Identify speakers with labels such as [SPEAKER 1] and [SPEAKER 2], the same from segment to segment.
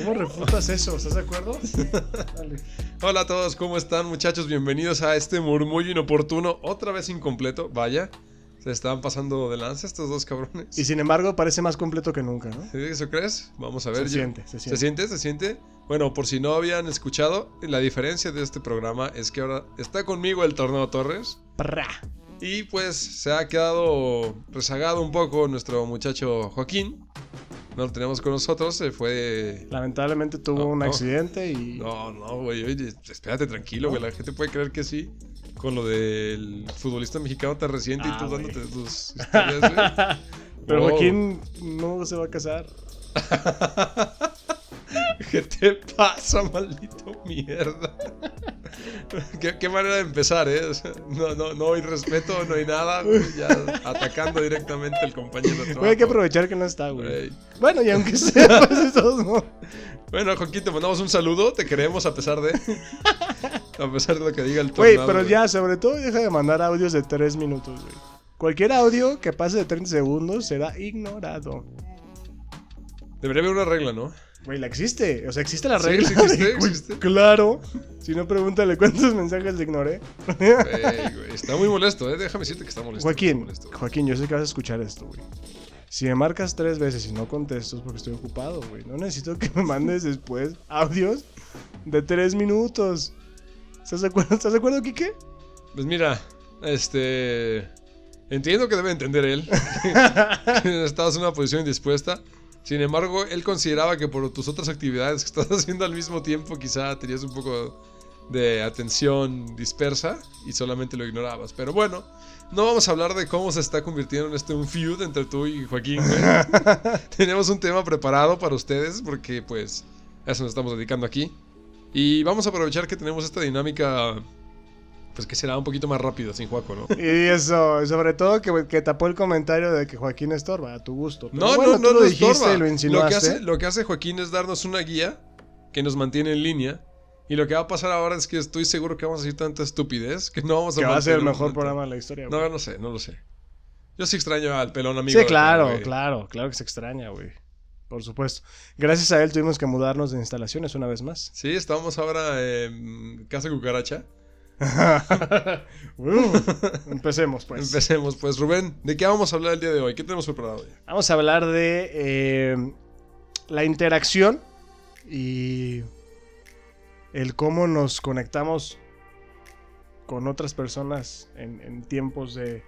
[SPEAKER 1] digas eso, ¿estás de acuerdo? Dale.
[SPEAKER 2] Hola a todos, ¿cómo están muchachos? Bienvenidos a este murmullo inoportuno, otra vez incompleto, vaya. Se estaban pasando de lanza estos dos cabrones.
[SPEAKER 1] Y sin embargo, parece más completo que nunca, ¿no?
[SPEAKER 2] ¿Eso crees? Vamos a ver.
[SPEAKER 1] Se siente, se siente.
[SPEAKER 2] ¿Se siente? ¿Se siente? Bueno, por si no habían escuchado, la diferencia de este programa es que ahora está conmigo el Tornado Torres.
[SPEAKER 1] Prá.
[SPEAKER 2] Y pues se ha quedado rezagado un poco nuestro muchacho Joaquín. No lo tenemos con nosotros, se fue...
[SPEAKER 1] Lamentablemente tuvo
[SPEAKER 2] No,
[SPEAKER 1] un
[SPEAKER 2] no.
[SPEAKER 1] accidente y.
[SPEAKER 2] No, no, güey, oye, espérate tranquilo, güey, la gente puede creer que sí. Con lo del futbolista mexicano tan reciente
[SPEAKER 1] Ah,
[SPEAKER 2] y tú
[SPEAKER 1] güey.
[SPEAKER 2] dándote tus historias, güey.
[SPEAKER 1] Pero
[SPEAKER 2] Wow.
[SPEAKER 1] Joaquín no se va a casar.
[SPEAKER 2] ¿Qué te pasa, maldito mierda? ¿Qué, qué manera de empezar, eh? O sea, no, no, no hay respeto, no hay nada. güey, Ya atacando directamente al compañero de
[SPEAKER 1] Güey, hay que
[SPEAKER 2] trabajo.
[SPEAKER 1] aprovechar que no está, güey.
[SPEAKER 2] Güey.
[SPEAKER 1] Bueno, y aunque sea, pues de todos modos.
[SPEAKER 2] Bueno, Joaquín, te mandamos un saludo. Te queremos a pesar de. A pesar de lo que diga el
[SPEAKER 1] Güey,
[SPEAKER 2] tornado,
[SPEAKER 1] pero
[SPEAKER 2] güey.
[SPEAKER 1] ya, sobre todo, deja de mandar audios de 3 minutos, güey. Cualquier audio que pase de 30 segundos será ignorado.
[SPEAKER 2] Debería haber una regla, ¿no?
[SPEAKER 1] Güey, la existe. O sea, existe la
[SPEAKER 2] Sí,
[SPEAKER 1] regla.
[SPEAKER 2] sí existe,
[SPEAKER 1] de- güey,
[SPEAKER 2] existe.
[SPEAKER 1] Claro. Si no, pregúntale cuántos mensajes le ignoré.
[SPEAKER 2] Güey, güey, está muy molesto, ¿eh? Déjame decirte que está molesto. está
[SPEAKER 1] Joaquín,
[SPEAKER 2] molesto.
[SPEAKER 1] Joaquín, yo sé que vas a escuchar esto, güey. Si me marcas tres veces y no contestas porque estoy ocupado, güey. No necesito que me mandes después audios de tres minutos. ¿Estás de acuerdo, ¿Estás de acuerdo Kike?
[SPEAKER 2] Pues mira, este. Entiendo que debe entender él. que Estabas en una posición indispuesta. Sin embargo, él consideraba que por tus otras actividades que estás haciendo al mismo tiempo, quizá tenías un poco de atención dispersa y solamente lo ignorabas. Pero bueno, no vamos a hablar de cómo se está convirtiendo en este un feud entre tú y Joaquín. güey. Tenemos un tema preparado para ustedes porque pues a eso nos estamos dedicando aquí. Y vamos a aprovechar que tenemos esta dinámica pues que será un poquito más rápido sin Juaco, ¿no?
[SPEAKER 1] Y eso, sobre todo que, que tapó el comentario de que Joaquín estorba, a tu gusto. Pero
[SPEAKER 2] No,
[SPEAKER 1] bueno,
[SPEAKER 2] no, no,
[SPEAKER 1] tú lo
[SPEAKER 2] no
[SPEAKER 1] dijiste
[SPEAKER 2] estorba.
[SPEAKER 1] y lo insinuaste.
[SPEAKER 2] que hace, lo que hace Joaquín es darnos una guía que nos mantiene en línea. Y lo que va a pasar ahora es que estoy seguro que vamos a decir tanta estupidez que no vamos a
[SPEAKER 1] que va a ser el
[SPEAKER 2] mantener un
[SPEAKER 1] mejor
[SPEAKER 2] momento.
[SPEAKER 1] programa de la historia, güey.
[SPEAKER 2] No, no sé, no lo sé. Yo sí extraño al pelón amigo.
[SPEAKER 1] sí,
[SPEAKER 2] del
[SPEAKER 1] claro,
[SPEAKER 2] pelón, güey.
[SPEAKER 1] claro, claro que se extraña, güey. Por supuesto. Gracias a él tuvimos que mudarnos de instalaciones una vez más.
[SPEAKER 2] Sí, estamos ahora en Casa Cucaracha.
[SPEAKER 1] Uh, empecemos, pues.
[SPEAKER 2] Empecemos, pues, Rubén, ¿de qué vamos a hablar el día de hoy? ¿Qué tenemos preparado ya?
[SPEAKER 1] Vamos a hablar de eh, la interacción y el cómo nos conectamos con otras personas en, en tiempos de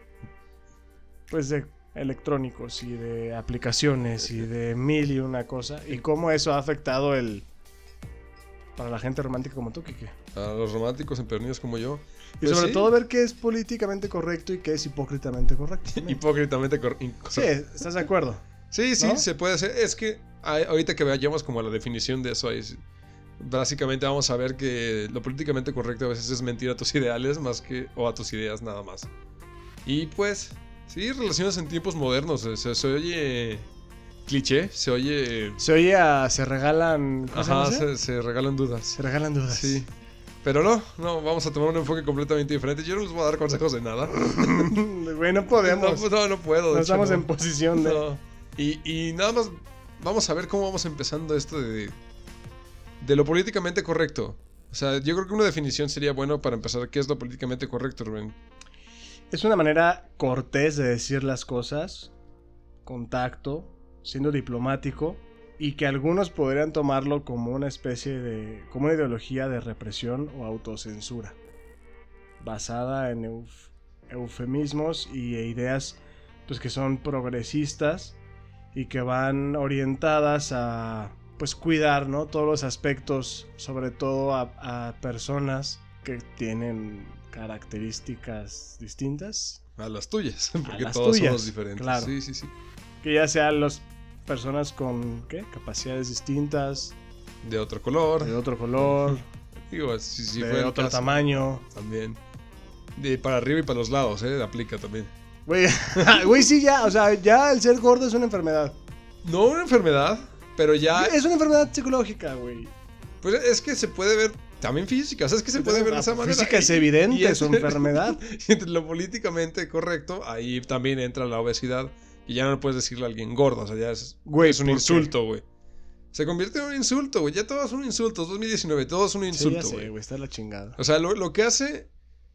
[SPEAKER 1] pues de electrónicos y de aplicaciones y de mil y una cosa y cómo eso ha afectado el para la gente romántica como tú, Kike.
[SPEAKER 2] A los románticos empedernidos como yo.
[SPEAKER 1] Y
[SPEAKER 2] Pues
[SPEAKER 1] sobre
[SPEAKER 2] sí,
[SPEAKER 1] todo ver qué es políticamente correcto y qué es hipócritamente correcto. también.
[SPEAKER 2] Hipócritamente cor- incorrecto.
[SPEAKER 1] Sí, ¿estás de acuerdo?
[SPEAKER 2] Sí, sí,
[SPEAKER 1] ¿No?
[SPEAKER 2] se puede hacer. Es que a- ahorita que vayamos como a la definición de eso, ahí sí- básicamente vamos a ver que lo políticamente correcto a veces es mentir a tus ideales más que o a tus ideas nada más. Y pues, sí, relaciones en tiempos modernos. eh, Se, se oye cliché, se oye...
[SPEAKER 1] Se oye a se regalan ¿cómo se llama
[SPEAKER 2] Ajá,
[SPEAKER 1] ese?
[SPEAKER 2] se, se regalan dudas.
[SPEAKER 1] Se regalan dudas.
[SPEAKER 2] Sí. Pero no, no, vamos a tomar un enfoque completamente diferente. Yo no les voy a dar consejos de nada.
[SPEAKER 1] Güey, no
[SPEAKER 2] No,
[SPEAKER 1] podemos. No,
[SPEAKER 2] no, no puedo. de hecho,
[SPEAKER 1] estamos
[SPEAKER 2] no.
[SPEAKER 1] en posición de.
[SPEAKER 2] No. Y, y nada más, vamos a ver cómo vamos empezando esto de, de lo políticamente correcto. O sea, yo creo que una definición sería bueno para empezar qué es lo políticamente correcto, Rubén.
[SPEAKER 1] Es una manera cortés de decir las cosas, con tacto, siendo diplomático, y que algunos podrían tomarlo como una especie de. como una ideología de represión o autocensura, basada en euf- eufemismos y e ideas pues, que son progresistas y que van orientadas a pues cuidar ¿no? todos los aspectos, sobre todo a, a personas que tienen características distintas,
[SPEAKER 2] A las tuyas, porque
[SPEAKER 1] las
[SPEAKER 2] todos
[SPEAKER 1] tuyas,
[SPEAKER 2] somos diferentes.
[SPEAKER 1] claro.
[SPEAKER 2] Sí, sí, sí.
[SPEAKER 1] que ya sean las personas con ¿qué? capacidades distintas,
[SPEAKER 2] De otro color.
[SPEAKER 1] de otro color,
[SPEAKER 2] Digo, si, si
[SPEAKER 1] de
[SPEAKER 2] fuera el
[SPEAKER 1] otro
[SPEAKER 2] caso,
[SPEAKER 1] tamaño.
[SPEAKER 2] También. De para arriba y para los lados, ¿eh? Aplica también.
[SPEAKER 1] Güey, güey, sí, ya, o sea, ya el ser gordo es una enfermedad.
[SPEAKER 2] No una enfermedad, pero ya.
[SPEAKER 1] Es una enfermedad psicológica, güey.
[SPEAKER 2] Pues es que se puede ver también física. O sea, es que se puede ver de esa manera.
[SPEAKER 1] Física Pues, es
[SPEAKER 2] Y- y
[SPEAKER 1] evidente
[SPEAKER 2] es-
[SPEAKER 1] su enfermedad.
[SPEAKER 2] entre lo políticamente correcto, ahí también entra la obesidad. Y ya no le puedes decirle a alguien gordo, o sea, ya es,
[SPEAKER 1] Güey,
[SPEAKER 2] es un
[SPEAKER 1] ¿por qué?
[SPEAKER 2] insulto, güey. Se convierte en un insulto, güey. Ya todo es un insulto. Es 2019, todo es un insulto,
[SPEAKER 1] sí, ya sé,
[SPEAKER 2] güey.
[SPEAKER 1] güey, está la chingada.
[SPEAKER 2] O sea, lo, lo que hace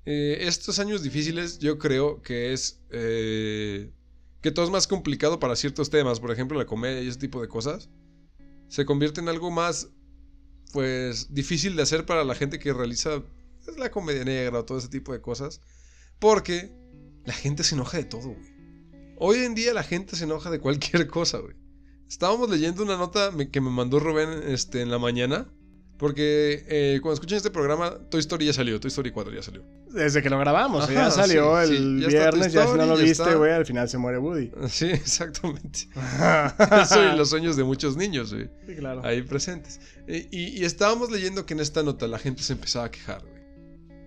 [SPEAKER 2] eh, estos años difíciles, yo creo que es eh, que todo es más complicado para ciertos temas, por ejemplo, la comedia y ese tipo de cosas, se convierte en algo más, pues, difícil de hacer para la gente que realiza pues, la comedia negra o todo ese tipo de cosas, porque la gente se enoja de todo, güey. Hoy en día la gente se enoja de cualquier cosa, güey. Estábamos leyendo una nota me- que me mandó Rubén este, en la mañana. Porque eh, cuando escuchen este programa, Toy Story ya salió, Toy Story 4 ya salió.
[SPEAKER 1] Desde que lo grabamos,
[SPEAKER 2] Ajá,
[SPEAKER 1] ya salió
[SPEAKER 2] sí,
[SPEAKER 1] el
[SPEAKER 2] sí, ya está tu
[SPEAKER 1] viernes, ya si no
[SPEAKER 2] story,
[SPEAKER 1] lo
[SPEAKER 2] ya
[SPEAKER 1] viste,
[SPEAKER 2] está.
[SPEAKER 1] güey, al final se muere Woody.
[SPEAKER 2] Sí, exactamente. Eso y los sueños de muchos niños, güey.
[SPEAKER 1] Sí, claro.
[SPEAKER 2] Ahí presentes. Eh, Y, y estábamos leyendo que en esta nota la gente se empezaba a quejar, güey.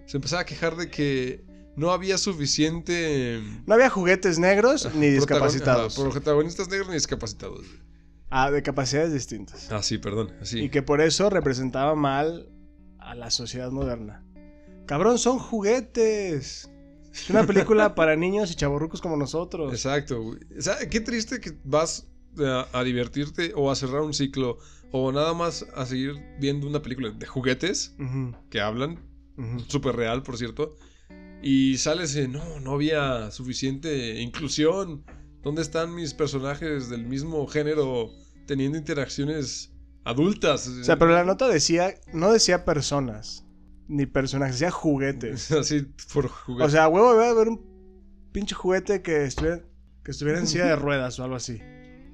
[SPEAKER 2] Se empezaba a quejar de que no había suficiente...
[SPEAKER 1] No había juguetes negros ni discapacitados.
[SPEAKER 2] protagon- ajá, Protagonistas negros ni discapacitados. güey.
[SPEAKER 1] Ah, de capacidades distintas.
[SPEAKER 2] Ah, sí, perdón. Así.
[SPEAKER 1] Y que por eso representaba mal a la sociedad moderna. Cabrón, son juguetes. Es una película para niños y chavorrucos como nosotros.
[SPEAKER 2] Exacto, güey. O sea, qué triste que vas eh, a, a divertirte o a cerrar un ciclo o nada más a seguir viendo una película de juguetes
[SPEAKER 1] Ujú,
[SPEAKER 2] que hablan,
[SPEAKER 1] ujú.
[SPEAKER 2] súper real, por cierto, y sales de, no, no había suficiente inclusión. ¿Dónde están mis personajes del mismo género teniendo interacciones adultas?
[SPEAKER 1] O sea, pero la nota decía, no decía personas, ni personajes, decía juguetes.
[SPEAKER 2] Así por jugar.
[SPEAKER 1] O sea, a huevo, iba a haber un pinche juguete que estuviera, que estuviera en silla de ruedas o algo así.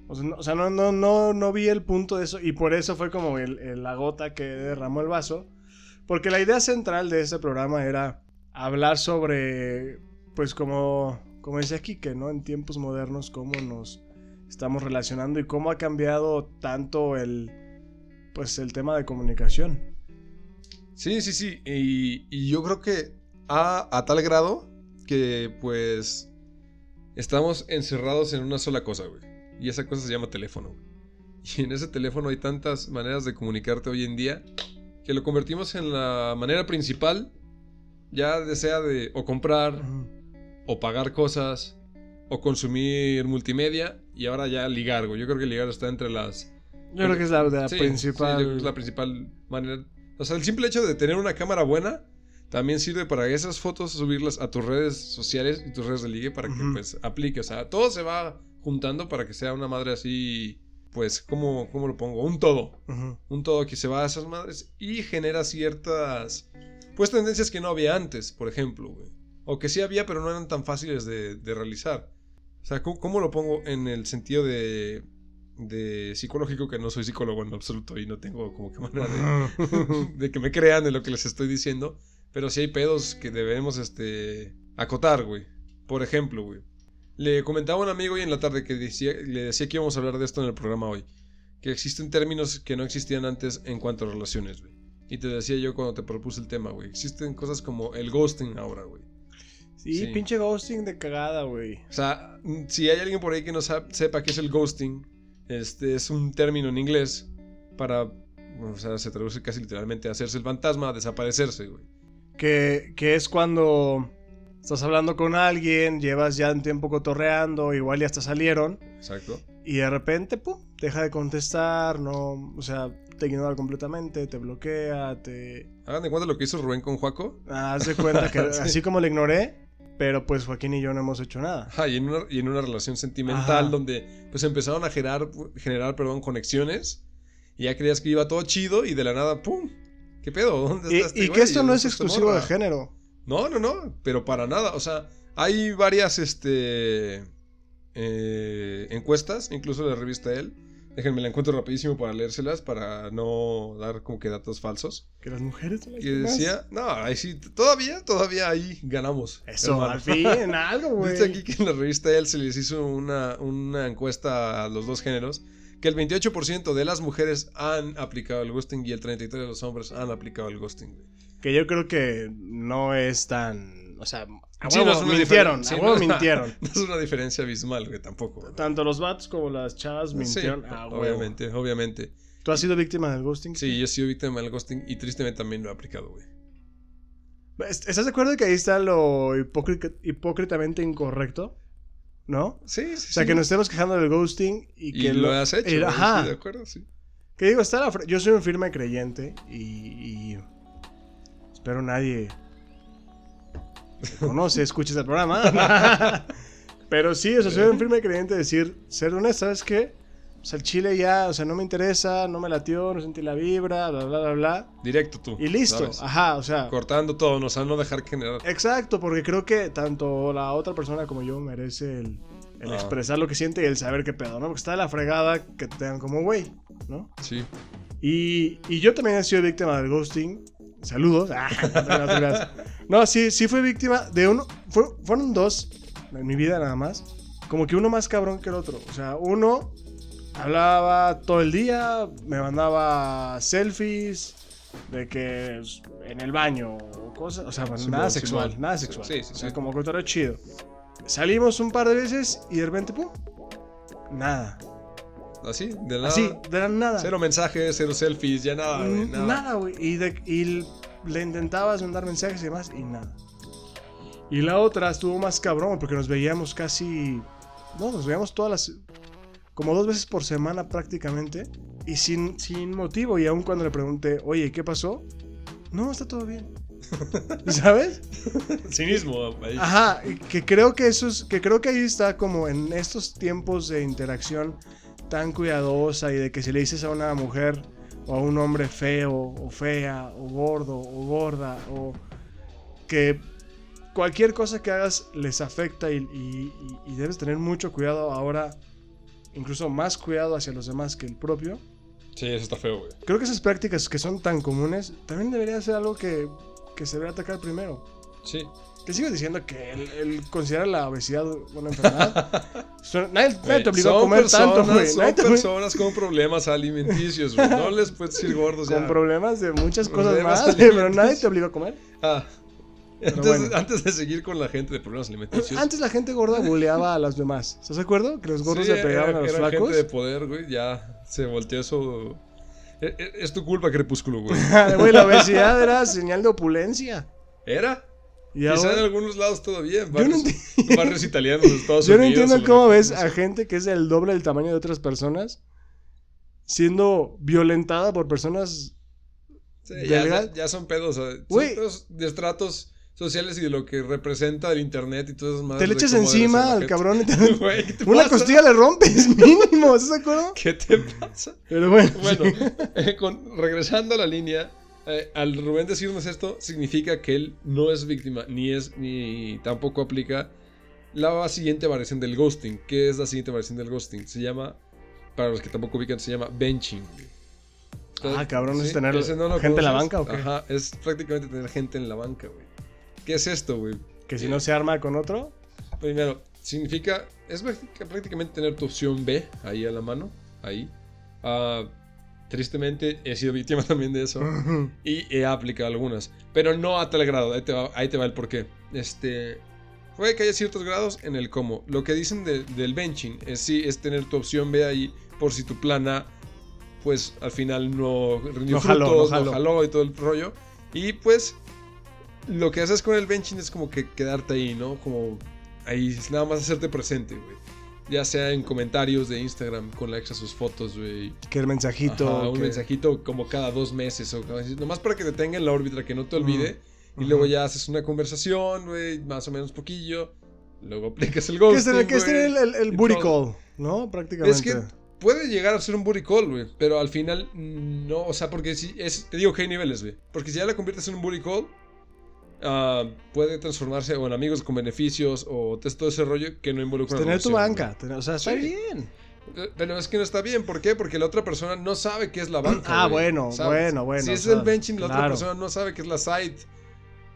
[SPEAKER 1] O sea, no, o sea, no, no, no, no vi el punto de eso y por eso fue como el- el- la gota que derramó el vaso. Porque la idea central de este programa era hablar sobre, pues como, como decía aquí, que ¿no? En tiempos modernos, cómo nos estamos relacionando y cómo ha cambiado tanto el, pues el tema de comunicación.
[SPEAKER 2] Sí, sí, sí. Y, y yo creo que a, a tal grado que pues estamos encerrados en una sola cosa, güey. Y esa cosa se llama teléfono, güey. Y en ese teléfono hay tantas maneras de comunicarte hoy en día que lo convertimos en la manera principal, ya de sea de o comprar, o pagar cosas, o consumir multimedia, y ahora ya ligar, güey. Yo creo que ligar está entre las
[SPEAKER 1] Yo creo que es la, de la
[SPEAKER 2] Sí,
[SPEAKER 1] principal...
[SPEAKER 2] sí, yo creo que es la principal manera. O sea, el simple hecho de tener una cámara buena también sirve para que esas fotos subirlas a tus redes sociales y tus redes de ligue para que
[SPEAKER 1] Ujú.
[SPEAKER 2] pues aplique. O sea, todo se va juntando para que sea una madre así, pues, ¿cómo, cómo lo pongo? Un todo.
[SPEAKER 1] Ujú.
[SPEAKER 2] Un todo que se va a esas madres y genera ciertas, pues, tendencias que no había antes, por ejemplo, güey. O que sí había, pero no eran tan fáciles de, de realizar. O sea, ¿cómo, cómo lo pongo en el sentido de, de psicológico? Que no soy psicólogo en absoluto y no tengo como que manera de, de que me crean en lo que les estoy diciendo. Pero sí hay pedos que debemos este, acotar, güey. Por ejemplo, güey. Le comentaba a un amigo hoy en la tarde que decía, le decía que íbamos a hablar de esto en el programa hoy. Que existen términos que no existían antes en cuanto a relaciones, güey. Y te decía yo cuando te propuse el tema, güey. Existen cosas como el ghosting ahora, güey.
[SPEAKER 1] Sí,
[SPEAKER 2] Sí.
[SPEAKER 1] pinche ghosting de cagada, güey.
[SPEAKER 2] O sea, mm, si hay alguien por ahí que no sa- sepa qué es el ghosting, este es un término en inglés para, o sea, se traduce casi literalmente a hacerse el fantasma, desaparecerse, güey.
[SPEAKER 1] Que, que es cuando estás hablando con alguien, llevas ya un tiempo cotorreando, igual ya hasta salieron,
[SPEAKER 2] Exacto.
[SPEAKER 1] y de repente, pum, deja de contestar, no, o sea, te ignora completamente, te bloquea, te...
[SPEAKER 2] Hagan de cuenta lo que hizo Rubén con Juaco.
[SPEAKER 1] Ah, Haz de cuenta que
[SPEAKER 2] Sí.
[SPEAKER 1] así como le ignoré, pero pues Joaquín y yo no hemos hecho nada.
[SPEAKER 2] Ajá, y en una, y en una relación sentimental
[SPEAKER 1] Ajá.
[SPEAKER 2] donde pues empezaron a generar, generar perdón, conexiones y ya creías que iba todo chido y de la nada, ¡pum! ¿Qué pedo? ¿Dónde
[SPEAKER 1] Y,
[SPEAKER 2] está este
[SPEAKER 1] y
[SPEAKER 2] güey?
[SPEAKER 1] que esto no
[SPEAKER 2] ¿Dónde
[SPEAKER 1] es
[SPEAKER 2] está esta
[SPEAKER 1] exclusivo de
[SPEAKER 2] morra?
[SPEAKER 1] género.
[SPEAKER 2] No, no, no, pero para nada. O sea, hay varias este, eh, encuestas, incluso la revista él. Déjenme la encuentro rapidísimo para leérselas, para no dar como que datos falsos.
[SPEAKER 1] Que las mujeres... son las
[SPEAKER 2] Y
[SPEAKER 1] más-
[SPEAKER 2] decía, no, ahí sí, todavía, todavía ahí ganamos.
[SPEAKER 1] Eso,
[SPEAKER 2] hermano.
[SPEAKER 1] al fin, en algo, güey.
[SPEAKER 2] Dice aquí que en la revista él se les hizo una, una encuesta a los dos géneros, que el 28% de las mujeres han aplicado el ghosting y el 33% de los hombres han aplicado el ghosting. güey.
[SPEAKER 1] Que yo creo que no es tan. O sea, a
[SPEAKER 2] Sí,
[SPEAKER 1] huevo
[SPEAKER 2] no es una
[SPEAKER 1] mintieron.
[SPEAKER 2] diferen-
[SPEAKER 1] a
[SPEAKER 2] sí,
[SPEAKER 1] huevo
[SPEAKER 2] no-
[SPEAKER 1] mintieron.
[SPEAKER 2] No es una diferencia abismal, güey, tampoco. güey.
[SPEAKER 1] Tanto los vatos como las chavas
[SPEAKER 2] Sí,
[SPEAKER 1] mintieron. a Ah, huevo.
[SPEAKER 2] obviamente, obviamente.
[SPEAKER 1] ¿Tú has sido víctima del ghosting?
[SPEAKER 2] Sí, yo he sido víctima del ghosting y tristemente también lo he aplicado, güey.
[SPEAKER 1] ¿Est- ¿Estás de acuerdo que ahí está lo hipócrita- hipócritamente incorrecto? ¿No?
[SPEAKER 2] Sí, sí.
[SPEAKER 1] O sea, que nos estemos quejando del ghosting y
[SPEAKER 2] Y
[SPEAKER 1] que
[SPEAKER 2] lo has hecho,
[SPEAKER 1] el-
[SPEAKER 2] güey,
[SPEAKER 1] ajá.
[SPEAKER 2] sí, de acuerdo, sí.
[SPEAKER 1] Que digo, está la fre- yo soy un firme creyente y, y espero nadie que conoce, escuche este programa. Pero sí, o sea, soy un firme creyente de decir, ser honesto, ¿sabes qué? O sea, el chile ya, o sea, no me interesa, no me latió, no sentí la vibra, bla, bla, bla, bla.
[SPEAKER 2] Directo tú.
[SPEAKER 1] Y listo,
[SPEAKER 2] ¿sabes?
[SPEAKER 1] ajá, o sea,
[SPEAKER 2] Cortando todo, ¿no? o sea, no dejar generar.
[SPEAKER 1] Exacto, porque creo que tanto la otra persona como yo merece el, el
[SPEAKER 2] Ah.
[SPEAKER 1] expresar lo que siente y el saber qué pedo, ¿no? Porque está de la fregada que te dan como güey, ¿no?
[SPEAKER 2] Sí.
[SPEAKER 1] Y, y yo también he sido víctima del ghosting. Saludos. Ah, no, te creas. No, sí, sí fui víctima de uno. fue- fueron dos en mi vida nada más. Como que uno más cabrón que el otro. O sea, uno hablaba todo el día, me mandaba selfies de que s- en el baño o cosas. O sea, bueno,
[SPEAKER 2] Simón,
[SPEAKER 1] nada sexual,
[SPEAKER 2] Simón.
[SPEAKER 1] nada sexual.
[SPEAKER 2] Sí, sí,
[SPEAKER 1] O sea,
[SPEAKER 2] sí.
[SPEAKER 1] como cotorreo chido. Salimos un par de veces y de repente, pum, nada.
[SPEAKER 2] Así, de nada.
[SPEAKER 1] Así, de la nada.
[SPEAKER 2] Cero mensajes, cero selfies, ya nada, güey,
[SPEAKER 1] Mm, Nada, güey. Y, de- y l- le intentabas mandar mensajes y demás, y nada. Y la otra estuvo más cabrón, porque nos veíamos casi. No, nos veíamos todas las. Como dos veces por semana prácticamente. Y sin, sin motivo. Y aún cuando le pregunté, oye, ¿qué pasó? No, está todo bien. ¿Sabes?
[SPEAKER 2] Cinismo. ahí.
[SPEAKER 1] Ajá, y que creo que eso es, que creo que ahí está como en estos tiempos de interacción tan cuidadosa y de que si le dices a una mujer o a un hombre feo o fea o gordo o gorda o que cualquier cosa que hagas les afecta y, y- y- y debes tener mucho cuidado ahora, incluso más cuidado hacia los demás que el propio.
[SPEAKER 2] Sí, eso está feo, güey.
[SPEAKER 1] Creo que esas prácticas que son tan comunes también debería ser algo que, que se debe atacar primero.
[SPEAKER 2] Sí.
[SPEAKER 1] Te sigo diciendo que él, él considera la obesidad una enfermedad. Suena- nadie, nadie te obligó a
[SPEAKER 2] Eh, Son
[SPEAKER 1] comer
[SPEAKER 2] personas,
[SPEAKER 1] tanto, güey. Nadie
[SPEAKER 2] Son
[SPEAKER 1] te obligó-
[SPEAKER 2] personas con problemas alimenticios, güey. No les puedes decir gordos
[SPEAKER 1] con
[SPEAKER 2] ya.
[SPEAKER 1] problemas de muchas cosas
[SPEAKER 2] Problemas
[SPEAKER 1] más, güey, pero
[SPEAKER 2] alimenticios.
[SPEAKER 1] nadie te obligó a comer.
[SPEAKER 2] Ah.
[SPEAKER 1] Pero
[SPEAKER 2] Antes,
[SPEAKER 1] bueno.
[SPEAKER 2] antes de seguir con la gente de problemas alimenticios.
[SPEAKER 1] Antes la gente gorda buleaba a las demás. ¿Estás de acuerdo? Que los gordos
[SPEAKER 2] Sí,
[SPEAKER 1] le pegaban
[SPEAKER 2] era-
[SPEAKER 1] a los
[SPEAKER 2] era
[SPEAKER 1] flacos.
[SPEAKER 2] gente de poder, güey. Ya se volteó eso. E- e- Es, tu culpa, Crepúsculo, güey.
[SPEAKER 1] Ah, Güey, la obesidad era señal de opulencia.
[SPEAKER 2] ¿Era?
[SPEAKER 1] Y
[SPEAKER 2] Quizá en
[SPEAKER 1] ahora-
[SPEAKER 2] algunos lados todavía.
[SPEAKER 1] Yo
[SPEAKER 2] en
[SPEAKER 1] no
[SPEAKER 2] Barrios,
[SPEAKER 1] entiendo.
[SPEAKER 2] barrios italianos de Estados
[SPEAKER 1] yo no
[SPEAKER 2] Unidos.
[SPEAKER 1] entiendo
[SPEAKER 2] o
[SPEAKER 1] cómo
[SPEAKER 2] lo-
[SPEAKER 1] ves a gente que es el doble del tamaño de otras personas siendo violentada por personas.
[SPEAKER 2] Sí,
[SPEAKER 1] de
[SPEAKER 2] ya,
[SPEAKER 1] verdad.
[SPEAKER 2] ya son pedos. o sea, son
[SPEAKER 1] Güey.
[SPEAKER 2] pedos de estratos sociales y de lo que representa el internet y todas esas madres.
[SPEAKER 1] Te le
[SPEAKER 2] Ah, de
[SPEAKER 1] echas
[SPEAKER 2] cómo debe ser
[SPEAKER 1] encima
[SPEAKER 2] la
[SPEAKER 1] al
[SPEAKER 2] gente.
[SPEAKER 1] cabrón y te-
[SPEAKER 2] Güey, ¿qué te
[SPEAKER 1] Una
[SPEAKER 2] pasa?
[SPEAKER 1] costilla le rompes, mínimo, ¿estás de acuerdo?
[SPEAKER 2] ¿Qué te pasa?
[SPEAKER 1] Pero bueno.
[SPEAKER 2] Bueno, eh, con- regresando a la línea, eh, al Rubén decirnos esto significa que él no es víctima, ni es, ni tampoco aplica la siguiente variación del ghosting. ¿Qué es la siguiente variación del ghosting? Se llama, para los que tampoco ubican, se llama benching.
[SPEAKER 1] Ah, cabrón, ¿es
[SPEAKER 2] Sí,
[SPEAKER 1] tener
[SPEAKER 2] ese no lo
[SPEAKER 1] gente en la
[SPEAKER 2] conoces.
[SPEAKER 1] banca o qué?
[SPEAKER 2] Ajá, es prácticamente tener gente en la banca, güey. ¿Qué es esto, güey?
[SPEAKER 1] Que si no se arma con otro.
[SPEAKER 2] Primero, significa, es práctica- prácticamente tener tu opción B ahí a la mano, ahí. Ah, tristemente he sido víctima también de eso y he aplicado algunas, pero no a tal grado, ahí te va, ahí te va el porqué. Este, puede que haya ciertos grados en el cómo. Lo que dicen de- del benching es sí, es tener tu opción B ahí por si tu plan A, pues al final no rindió
[SPEAKER 1] No jaló,
[SPEAKER 2] frutos,
[SPEAKER 1] no
[SPEAKER 2] no
[SPEAKER 1] jaló.
[SPEAKER 2] jaló y todo el rollo. Y pues lo que haces con el benching es como que quedarte ahí, ¿no? Como ahí es nada más hacerte presente, güey. Ya sea en comentarios de Instagram con likes a sus fotos, güey.
[SPEAKER 1] que el mensajito.
[SPEAKER 2] Ajá, un
[SPEAKER 1] que-
[SPEAKER 2] mensajito como cada dos meses o cada- nomás para que te tenga en la órbita, que no te
[SPEAKER 1] Ujú.
[SPEAKER 2] olvide. Y
[SPEAKER 1] Ujú.
[SPEAKER 2] luego ya haces una conversación, güey, más o menos poquillo. Luego aplicas el
[SPEAKER 1] Que
[SPEAKER 2] ghosting,
[SPEAKER 1] es tener, que es
[SPEAKER 2] güey.
[SPEAKER 1] tener el, el, el
[SPEAKER 2] y
[SPEAKER 1] booty
[SPEAKER 2] todo.
[SPEAKER 1] call, ¿no? Prácticamente. Pues
[SPEAKER 2] Es que puede llegar a ser un booty call, güey, pero al final mm, no, o sea, porque si es, te digo que hay niveles, güey. Porque si ya la conviertes en un booty call, ah, puede transformarse o en amigos con beneficios o te- todo ese rollo que no involucra
[SPEAKER 1] Pues tener tu
[SPEAKER 2] relación, güey.
[SPEAKER 1] banca. tener- o sea, está
[SPEAKER 2] Sí.
[SPEAKER 1] bien.
[SPEAKER 2] Eh, Pero es que no está bien, ¿por qué? Porque la otra persona no sabe qué es la banca.
[SPEAKER 1] Ah,
[SPEAKER 2] güey,
[SPEAKER 1] bueno,
[SPEAKER 2] ¿sabes?
[SPEAKER 1] bueno, bueno,
[SPEAKER 2] Si es
[SPEAKER 1] o sea,
[SPEAKER 2] el benching, la otra
[SPEAKER 1] claro.
[SPEAKER 2] persona no sabe qué es la side.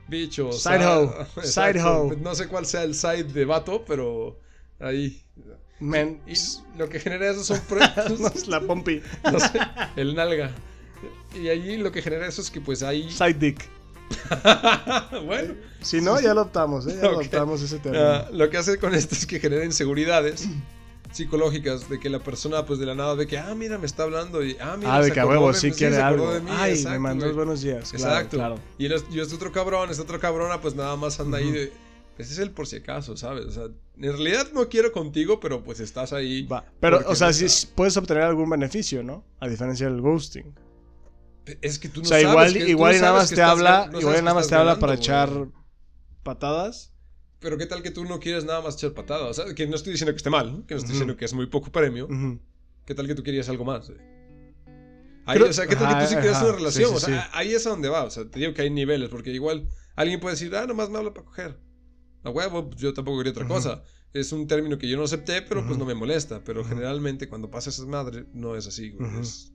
[SPEAKER 2] Bicho.
[SPEAKER 1] Side hoe, side hoe.
[SPEAKER 2] pues No sé cuál sea el side de vato, pero ahí.
[SPEAKER 1] Men,
[SPEAKER 2] Y lo que genera eso son pre-
[SPEAKER 1] más la pompi.
[SPEAKER 2] no sé, el nalga. Y allí lo que genera eso es que pues ahí.
[SPEAKER 1] Side dick.
[SPEAKER 2] bueno.
[SPEAKER 1] Si no, ya lo optamos, ¿eh? Ya
[SPEAKER 2] Ok.
[SPEAKER 1] adoptamos ese término.
[SPEAKER 2] Ah, lo que hace con esto es que genera inseguridades psicológicas de que la persona pues de la nada ve que ah mira me está hablando y ah mira
[SPEAKER 1] ah, de
[SPEAKER 2] se
[SPEAKER 1] que a
[SPEAKER 2] acordó
[SPEAKER 1] huevo,
[SPEAKER 2] de-
[SPEAKER 1] sí
[SPEAKER 2] se
[SPEAKER 1] quiere
[SPEAKER 2] acordó
[SPEAKER 1] algo.
[SPEAKER 2] de mí",
[SPEAKER 1] Ay, me
[SPEAKER 2] exacto,
[SPEAKER 1] mandó
[SPEAKER 2] güey.
[SPEAKER 1] los buenos días. Claro,
[SPEAKER 2] Exacto.
[SPEAKER 1] Claro.
[SPEAKER 2] Y, los- y este otro cabrón, esta otra cabrona, pues nada más anda ahí de, Ese es el por si acaso, ¿sabes? O sea, en realidad no quiero contigo, pero pues estás ahí.
[SPEAKER 1] Va. Pero,
[SPEAKER 2] porque
[SPEAKER 1] o sea,
[SPEAKER 2] me
[SPEAKER 1] sí
[SPEAKER 2] está-
[SPEAKER 1] puedes obtener algún beneficio, ¿no? A diferencia del ghosting.
[SPEAKER 2] Es que tú
[SPEAKER 1] o
[SPEAKER 2] no
[SPEAKER 1] sea,
[SPEAKER 2] sabes
[SPEAKER 1] igual,
[SPEAKER 2] que- tú
[SPEAKER 1] igual
[SPEAKER 2] no
[SPEAKER 1] y nada
[SPEAKER 2] sabes
[SPEAKER 1] más
[SPEAKER 2] que
[SPEAKER 1] te
[SPEAKER 2] estás-
[SPEAKER 1] habla,
[SPEAKER 2] no sabes
[SPEAKER 1] igual y
[SPEAKER 2] que
[SPEAKER 1] nada más
[SPEAKER 2] estás
[SPEAKER 1] te habla
[SPEAKER 2] violando,
[SPEAKER 1] para
[SPEAKER 2] güey.
[SPEAKER 1] echar patadas.
[SPEAKER 2] Pero qué tal que tú no quieres nada más echar patada. O sea, que no estoy diciendo que esté mal, ¿no? que no
[SPEAKER 1] Ujú.
[SPEAKER 2] estoy diciendo que es muy poco premio.
[SPEAKER 1] Ujú.
[SPEAKER 2] ¿Qué tal que tú querías algo más? güey? Ahí,
[SPEAKER 1] Creo-
[SPEAKER 2] o sea, ¿qué tal que tú sí
[SPEAKER 1] Ajá,
[SPEAKER 2] creas una
[SPEAKER 1] ajá,
[SPEAKER 2] relación?
[SPEAKER 1] sí, sí,
[SPEAKER 2] o sea, ahí es a donde va. O sea, te digo que hay niveles, porque igual alguien puede decir, ah, nomás me habla para coger. A huevo, pues, yo tampoco quería otra
[SPEAKER 1] Ujú.
[SPEAKER 2] cosa. Es un término que yo no acepté, pero pues
[SPEAKER 1] Ujú.
[SPEAKER 2] no me molesta. Pero
[SPEAKER 1] Ujú.
[SPEAKER 2] generalmente cuando pasa esa madre, no es así, güey.
[SPEAKER 1] Ujú.
[SPEAKER 2] Es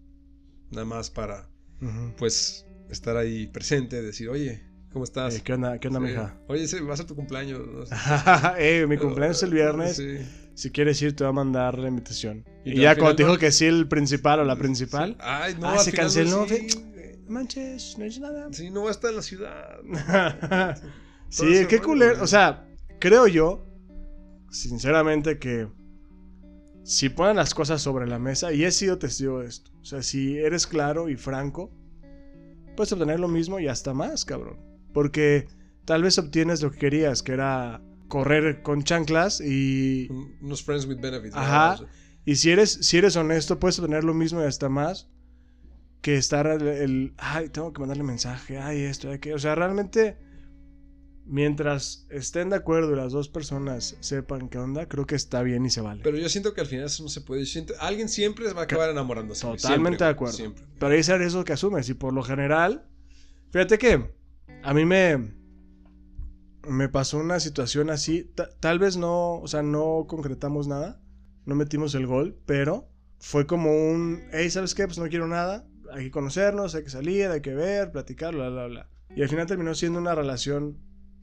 [SPEAKER 2] nada más para,
[SPEAKER 1] Ujú.
[SPEAKER 2] pues, estar ahí presente, decir, oye, ¿cómo estás?
[SPEAKER 1] Eh, ¿Qué onda, qué onda
[SPEAKER 2] Sí.
[SPEAKER 1] mija?
[SPEAKER 2] Oye, sí, vas a tu cumpleaños. no sé.
[SPEAKER 1] eh, mi cumpleaños es el viernes.
[SPEAKER 2] Sí.
[SPEAKER 1] Si quieres ir, te va a mandar la invitación.
[SPEAKER 2] Y
[SPEAKER 1] Y,
[SPEAKER 2] tú al
[SPEAKER 1] ya
[SPEAKER 2] final
[SPEAKER 1] cuando te
[SPEAKER 2] no-
[SPEAKER 1] dijo que sí el principal o la principal,
[SPEAKER 2] Ay, no,
[SPEAKER 1] Ah,
[SPEAKER 2] al
[SPEAKER 1] se
[SPEAKER 2] final no,
[SPEAKER 1] canceló,
[SPEAKER 2] sí,
[SPEAKER 1] no manches, no es nada.
[SPEAKER 2] Sí, no va a estar en la ciudad. Todo
[SPEAKER 1] sí,
[SPEAKER 2] ese
[SPEAKER 1] qué
[SPEAKER 2] rollo,
[SPEAKER 1] culero.
[SPEAKER 2] güey.
[SPEAKER 1] O sea, creo yo, sinceramente, que si ponen las cosas sobre la mesa, y he sido testigo de esto, o sea, si eres claro y franco, puedes obtener lo mismo y hasta más, cabrón. Porque tal vez obtienes lo que querías, que era correr con chanclas y,
[SPEAKER 2] Un- Unos friends with benefits. ¿no?
[SPEAKER 1] Ajá.
[SPEAKER 2] O sea,
[SPEAKER 1] y si, eres, si eres honesto, puedes obtener lo mismo y hasta más que estar el, el, ay, tengo que mandarle mensaje, ay, esto, ay, que. O sea, realmente, mientras estén de acuerdo y las dos personas sepan qué onda, creo que está bien y se vale.
[SPEAKER 2] Pero yo siento que al final eso no se puede. Yo siento- alguien siempre va a acabar enamorándose. güey,
[SPEAKER 1] Totalmente
[SPEAKER 2] siempre,
[SPEAKER 1] de
[SPEAKER 2] güey,
[SPEAKER 1] acuerdo.
[SPEAKER 2] siempre.
[SPEAKER 1] Pero ahí ser eso que asumes. Y por lo general, fíjate que a mí me. Me pasó una situación así. ta- tal vez no. O sea, no concretamos nada. No metimos el gol. Pero fue como un. Hey, ¿sabes qué? Pues no quiero nada. Hay que conocernos, hay que salir, hay que ver, platicar, bla, bla, bla. Y al final terminó siendo una relación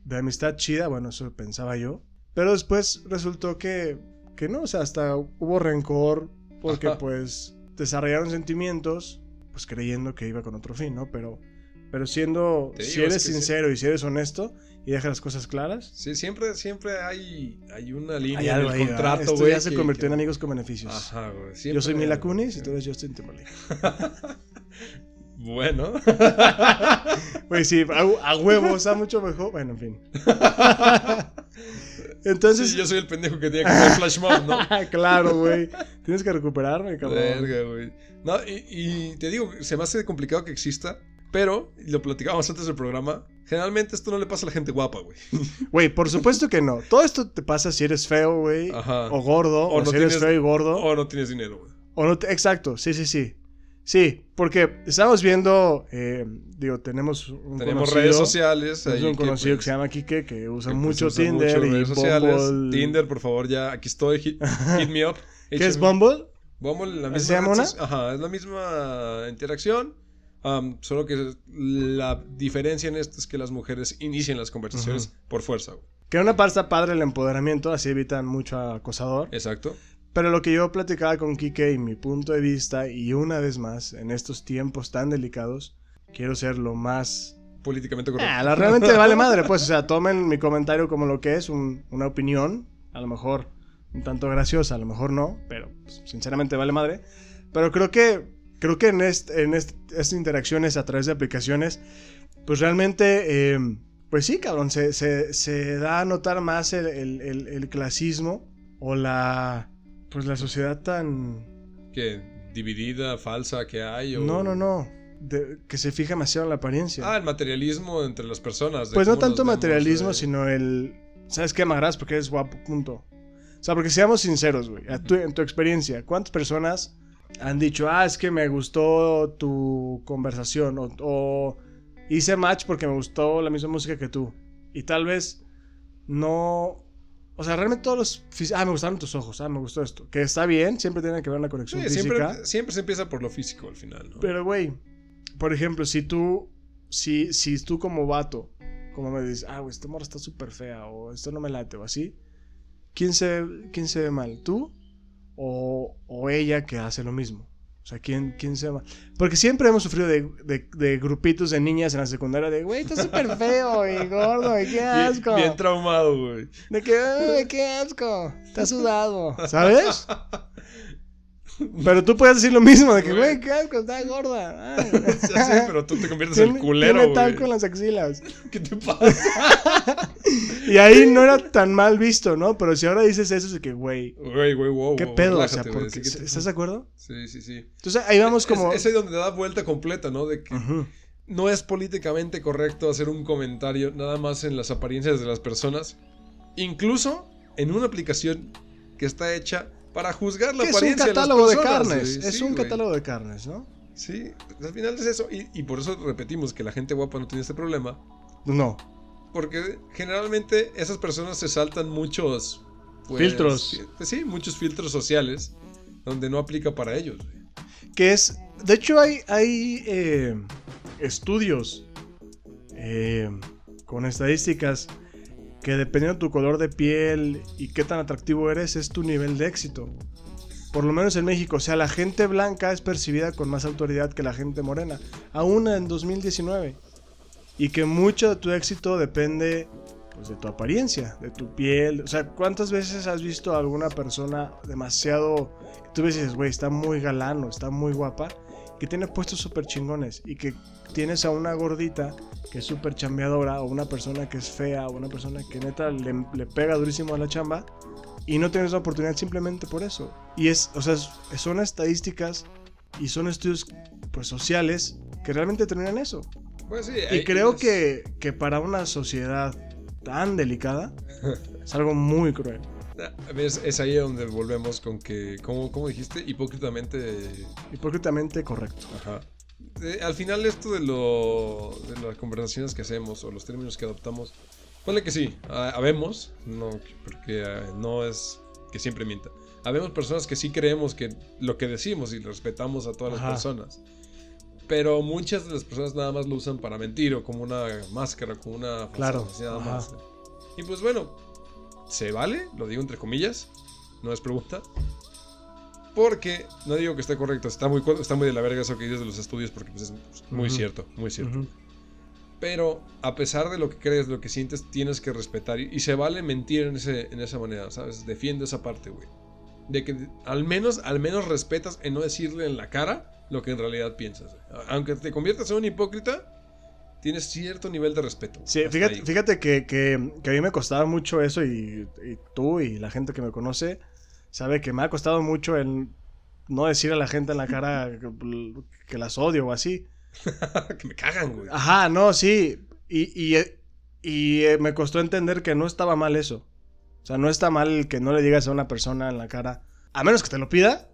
[SPEAKER 1] de amistad chida. Bueno, eso pensaba yo. Pero después resultó que. Que no, o sea, hasta hubo rencor. Porque
[SPEAKER 2] Ajá.
[SPEAKER 1] pues desarrollaron sentimientos pues creyendo que iba con otro fin, ¿no? Pero, pero siendo,
[SPEAKER 2] Te
[SPEAKER 1] si
[SPEAKER 2] digo, es
[SPEAKER 1] eres
[SPEAKER 2] que sí.
[SPEAKER 1] sincero y si eres honesto y dejas las cosas claras,
[SPEAKER 2] Sí, siempre, siempre hay, hay una línea
[SPEAKER 1] hay
[SPEAKER 2] en
[SPEAKER 1] algo
[SPEAKER 2] el
[SPEAKER 1] ahí, ¿verdad?
[SPEAKER 2] contrato,
[SPEAKER 1] Esto
[SPEAKER 2] güey,
[SPEAKER 1] ya se
[SPEAKER 2] que-
[SPEAKER 1] convirtió
[SPEAKER 2] que-
[SPEAKER 1] en amigos con beneficios.
[SPEAKER 2] Ajá, güey.
[SPEAKER 1] Yo
[SPEAKER 2] siempre
[SPEAKER 1] soy
[SPEAKER 2] hay
[SPEAKER 1] Mila
[SPEAKER 2] algo,
[SPEAKER 1] Kunis y
[SPEAKER 2] güey.
[SPEAKER 1] tú eres Justin Timberlake.
[SPEAKER 2] Bueno.
[SPEAKER 1] Güey, sí, a, a huevo, está mucho mejor. Bueno, en fin. Entonces,
[SPEAKER 2] Sí, yo soy el pendejo que tenía que hacer flash mob, ¿no?
[SPEAKER 1] claro, güey. Tienes que recuperarme, cabrón.
[SPEAKER 2] Verga, güey. No, y, y te digo, se me hace complicado que exista, pero y lo platicábamos antes del programa. Generalmente esto no le pasa a la gente guapa, güey.
[SPEAKER 1] Güey, por supuesto que no. Todo esto te pasa si eres feo, güey.
[SPEAKER 2] Ajá.
[SPEAKER 1] O gordo.
[SPEAKER 2] O
[SPEAKER 1] O,
[SPEAKER 2] no
[SPEAKER 1] si eres
[SPEAKER 2] tienes-
[SPEAKER 1] feo y gordo.
[SPEAKER 2] O no tienes dinero, güey.
[SPEAKER 1] O no te- exacto, sí, sí, sí. Sí, porque estamos viendo, eh, digo, tenemos un
[SPEAKER 2] Tenemos
[SPEAKER 1] conocido,
[SPEAKER 2] redes sociales.
[SPEAKER 1] tenemos
[SPEAKER 2] ahí
[SPEAKER 1] un conocido que,
[SPEAKER 2] pues,
[SPEAKER 1] se llama Quique, que usa
[SPEAKER 2] que, pues,
[SPEAKER 1] mucho
[SPEAKER 2] usa
[SPEAKER 1] Tinder
[SPEAKER 2] mucho
[SPEAKER 1] y
[SPEAKER 2] redes sociales.
[SPEAKER 1] Bumble.
[SPEAKER 2] Tinder, por favor, ya. Aquí estoy. Hit, hit me up.
[SPEAKER 1] ¿Qué es
[SPEAKER 2] HM?
[SPEAKER 1] Bumble?
[SPEAKER 2] Bumble, la
[SPEAKER 1] ¿Así
[SPEAKER 2] misma
[SPEAKER 1] se llama
[SPEAKER 2] red
[SPEAKER 1] una?
[SPEAKER 2] soci- Ajá, es la misma interacción. am, solo que la diferencia en esto es que las mujeres inician las conversaciones
[SPEAKER 1] Ujú.
[SPEAKER 2] por fuerza, güey.
[SPEAKER 1] Que una parte está padre el empoderamiento, así evitan mucho acosador.
[SPEAKER 2] Exacto.
[SPEAKER 1] Pero lo que yo platicaba con Quique y mi punto de vista, y una vez más, en estos tiempos tan delicados, quiero ser lo más
[SPEAKER 2] Políticamente correcto.
[SPEAKER 1] Ah, la- realmente vale madre, pues, o sea, tomen mi comentario como lo que es, un- una opinión, a lo mejor un tanto graciosa, a lo mejor no, pero pues, sinceramente vale madre. Pero creo que, creo que en, este, en este- estas interacciones a través de aplicaciones, pues realmente, eh, pues sí, cabrón, se, se- se da a notar más el, el- el- el clasismo o la, pues la sociedad tan...
[SPEAKER 2] que dividida, falsa que hay. O...
[SPEAKER 1] No, no, no, de- que se fija demasiado en la apariencia.
[SPEAKER 2] Ah, el materialismo entre las personas. de
[SPEAKER 1] Pues no
[SPEAKER 2] cómo nos
[SPEAKER 1] tanto
[SPEAKER 2] vemos, eh.
[SPEAKER 1] materialismo,
[SPEAKER 2] de-
[SPEAKER 1] sino el. ¿Sabes qué? Me agradas porque eres guapo, punto. O sea, porque seamos sinceros, güey. a tu- En tu experiencia, ¿cuántas personas han dicho, ah, es que me gustó tu conversación? O, o hice match porque me gustó la misma música que tú. Y tal vez no. O sea, realmente todos los. fis- Ah, me gustaron tus ojos. Ah, me gustó esto. Que está bien, siempre tiene que haber una conexión
[SPEAKER 2] Sí,
[SPEAKER 1] física.
[SPEAKER 2] siempre, siempre se empieza por lo físico al final, ¿no?
[SPEAKER 1] Pero, güey, por ejemplo, si tú, si, si tú como vato, como me dices, ah, güey, esta morra está súper fea, o esto no me late, o así, ¿quién se, quién se ve mal? ¿Tú o, o ella que hace lo mismo? O sea, ¿quién, quién se ve mal? Porque siempre hemos sufrido de, de- de grupitos de niñas en la secundaria de, güey, estás súper feo y gordo, y qué
[SPEAKER 2] Bien-
[SPEAKER 1] asco.
[SPEAKER 2] Bien, traumado, güey.
[SPEAKER 1] De que, "Ay, qué asco, está sudado, ¿sabes? Pero tú puedes decir lo mismo, de que,
[SPEAKER 2] Güey.
[SPEAKER 1] güey, qué asco, está gorda. ay".
[SPEAKER 2] Ya sé, pero tú te conviertes en
[SPEAKER 1] Tiene,
[SPEAKER 2] el culero,
[SPEAKER 1] tiene taco en
[SPEAKER 2] güey.
[SPEAKER 1] las axilas.
[SPEAKER 2] ¿Qué te pasa?
[SPEAKER 1] Y ahí no era tan mal visto, ¿no? Pero si ahora dices eso, es de que, güey,
[SPEAKER 2] Güey, güey, wow.
[SPEAKER 1] ¿qué
[SPEAKER 2] wow,
[SPEAKER 1] pedo? O sea,
[SPEAKER 2] Oh, relájate, güey,
[SPEAKER 1] porque,
[SPEAKER 2] sí, ¿qué te-
[SPEAKER 1] ¿estás de acuerdo?
[SPEAKER 2] Sí, sí, sí.
[SPEAKER 1] Entonces ahí vamos como...
[SPEAKER 2] Es, es ahí donde da vuelta completa, ¿no? De que
[SPEAKER 1] Ujú.
[SPEAKER 2] no es políticamente correcto hacer un comentario nada más en las apariencias de las personas, incluso en una aplicación que está hecha para juzgar la
[SPEAKER 1] Que es un
[SPEAKER 2] apariencia
[SPEAKER 1] catálogo de,
[SPEAKER 2] las personas,
[SPEAKER 1] carnes,
[SPEAKER 2] güey.
[SPEAKER 1] es
[SPEAKER 2] Sí,
[SPEAKER 1] un
[SPEAKER 2] güey.
[SPEAKER 1] catálogo de carnes, ¿no?
[SPEAKER 2] Sí, al final es eso. Y, y por eso repetimos que la gente guapa no tiene este problema.
[SPEAKER 1] No,
[SPEAKER 2] Porque generalmente esas personas se saltan muchos pues,
[SPEAKER 1] Filtros.
[SPEAKER 2] pues sí, muchos filtros sociales donde no aplica para ellos. güey.
[SPEAKER 1] que es, de hecho hay, hay eh, estudios eh, con estadísticas que dependiendo de tu color de piel y qué tan atractivo eres es tu nivel de éxito. Por lo menos en México, o sea, la gente blanca es percibida con más autoridad que la gente morena, aún en 2019. Y que mucho de tu éxito depende pues, de tu apariencia, de tu piel. O sea, ¿cuántas veces has visto a alguna persona demasiado tú ves y dices, güey, está muy galano, está muy guapa, que tiene puestos súper chingones y que tienes a una gordita que es súper chambeadora o una persona que es fea o una persona que neta le, le pega durísimo a la chamba y no tienes la oportunidad simplemente por eso. Y es, o sea, es- son estadísticas y son estudios pues sociales que realmente terminan eso.
[SPEAKER 2] Pues sí,
[SPEAKER 1] Y
[SPEAKER 2] ahí
[SPEAKER 1] creo
[SPEAKER 2] es-
[SPEAKER 1] que, que para una sociedad tan delicada es algo muy cruel.
[SPEAKER 2] Ah, ¿Ves? Es ahí donde volvemos con que, ¿cómo, cómo dijiste? Hipócritamente...
[SPEAKER 1] Hipócritamente correcto.
[SPEAKER 2] Ajá. Eh, al final esto de, lo, de las conversaciones que hacemos o los términos que adoptamos, ponle que sí, ah, habemos, no, porque ah, no es que siempre mienta. Habemos personas que sí creemos que lo que decimos y respetamos a todas
[SPEAKER 1] Ajá.
[SPEAKER 2] las personas. Pero muchas de las personas nada más lo usan para mentir o como una máscara, como una...
[SPEAKER 1] Claro,
[SPEAKER 2] falsedad, nada
[SPEAKER 1] ajá.
[SPEAKER 2] más. Y pues bueno, se vale, lo digo entre comillas, no es pregunta. Porque no digo que esté correcto, está muy, cu- está muy de la verga eso que dices de los estudios, porque pues, es muy
[SPEAKER 1] Ujú.
[SPEAKER 2] cierto, muy cierto.
[SPEAKER 1] Ujú.
[SPEAKER 2] Pero a pesar de lo que crees, lo que sientes, tienes que respetar. Y, y se vale mentir en, ese, en esa manera, ¿sabes? Defiendo esa parte, güey. De que al menos, al menos respetas en no decirle en la cara lo que en realidad piensas. güey. A- Aunque te conviertas en un hipócrita, tienes cierto nivel de respeto.
[SPEAKER 1] Sí,
[SPEAKER 2] Hasta
[SPEAKER 1] fíjate,
[SPEAKER 2] ahí.
[SPEAKER 1] fíjate que, que- que a mí me costaba mucho eso y, y tú y la gente que me conoce sabe que me ha costado mucho el no decir a la gente en la cara que, que las odio o así.
[SPEAKER 2] que me cagan, güey.
[SPEAKER 1] Ajá, no, sí. Y, y, eh, y, eh, me costó entender que no estaba mal eso. O sea, no está mal que no le digas a una persona en la cara, a menos que te lo pida.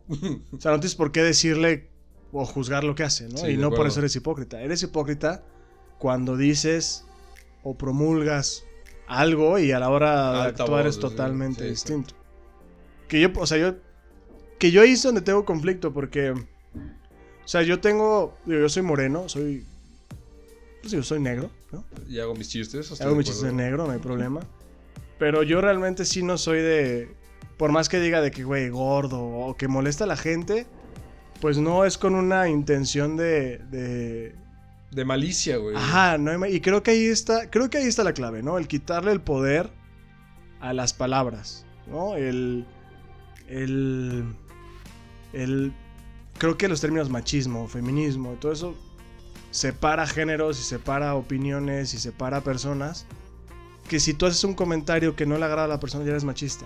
[SPEAKER 1] O sea, no tienes por qué decirle o juzgar lo que hace, ¿no?
[SPEAKER 2] Sí,
[SPEAKER 1] y
[SPEAKER 2] de
[SPEAKER 1] no por
[SPEAKER 2] acuerdo.
[SPEAKER 1] eso eres hipócrita. Eres hipócrita cuando dices o promulgas algo y a la hora de
[SPEAKER 2] Alta
[SPEAKER 1] actuar
[SPEAKER 2] voz,
[SPEAKER 1] es
[SPEAKER 2] sí,
[SPEAKER 1] totalmente
[SPEAKER 2] sí, sí.
[SPEAKER 1] distinto. Que yo, o sea, yo. Que yo ahí es donde tengo conflicto porque. O sea, yo tengo. digo, yo soy moreno, soy. Pues yo soy negro, ¿no?
[SPEAKER 2] y hago mis chistes. estoy
[SPEAKER 1] Hago
[SPEAKER 2] de
[SPEAKER 1] mis chistes de
[SPEAKER 2] acuerdo.
[SPEAKER 1] negro, no hay problema. Pero yo realmente sí no soy de. Por más que diga de que, güey, gordo o que molesta a la gente, pues no es con una intención de. de-
[SPEAKER 2] De malicia, güey.
[SPEAKER 1] Ajá, no hay ma- Y creo que ahí está. Creo que ahí está la clave, ¿no? El quitarle el poder a las palabras, ¿no? El. El. El. Creo que los términos machismo, feminismo, todo eso separa géneros y separa opiniones y separa personas. Que si tú haces un comentario que no le agrada a la persona, ya eres machista.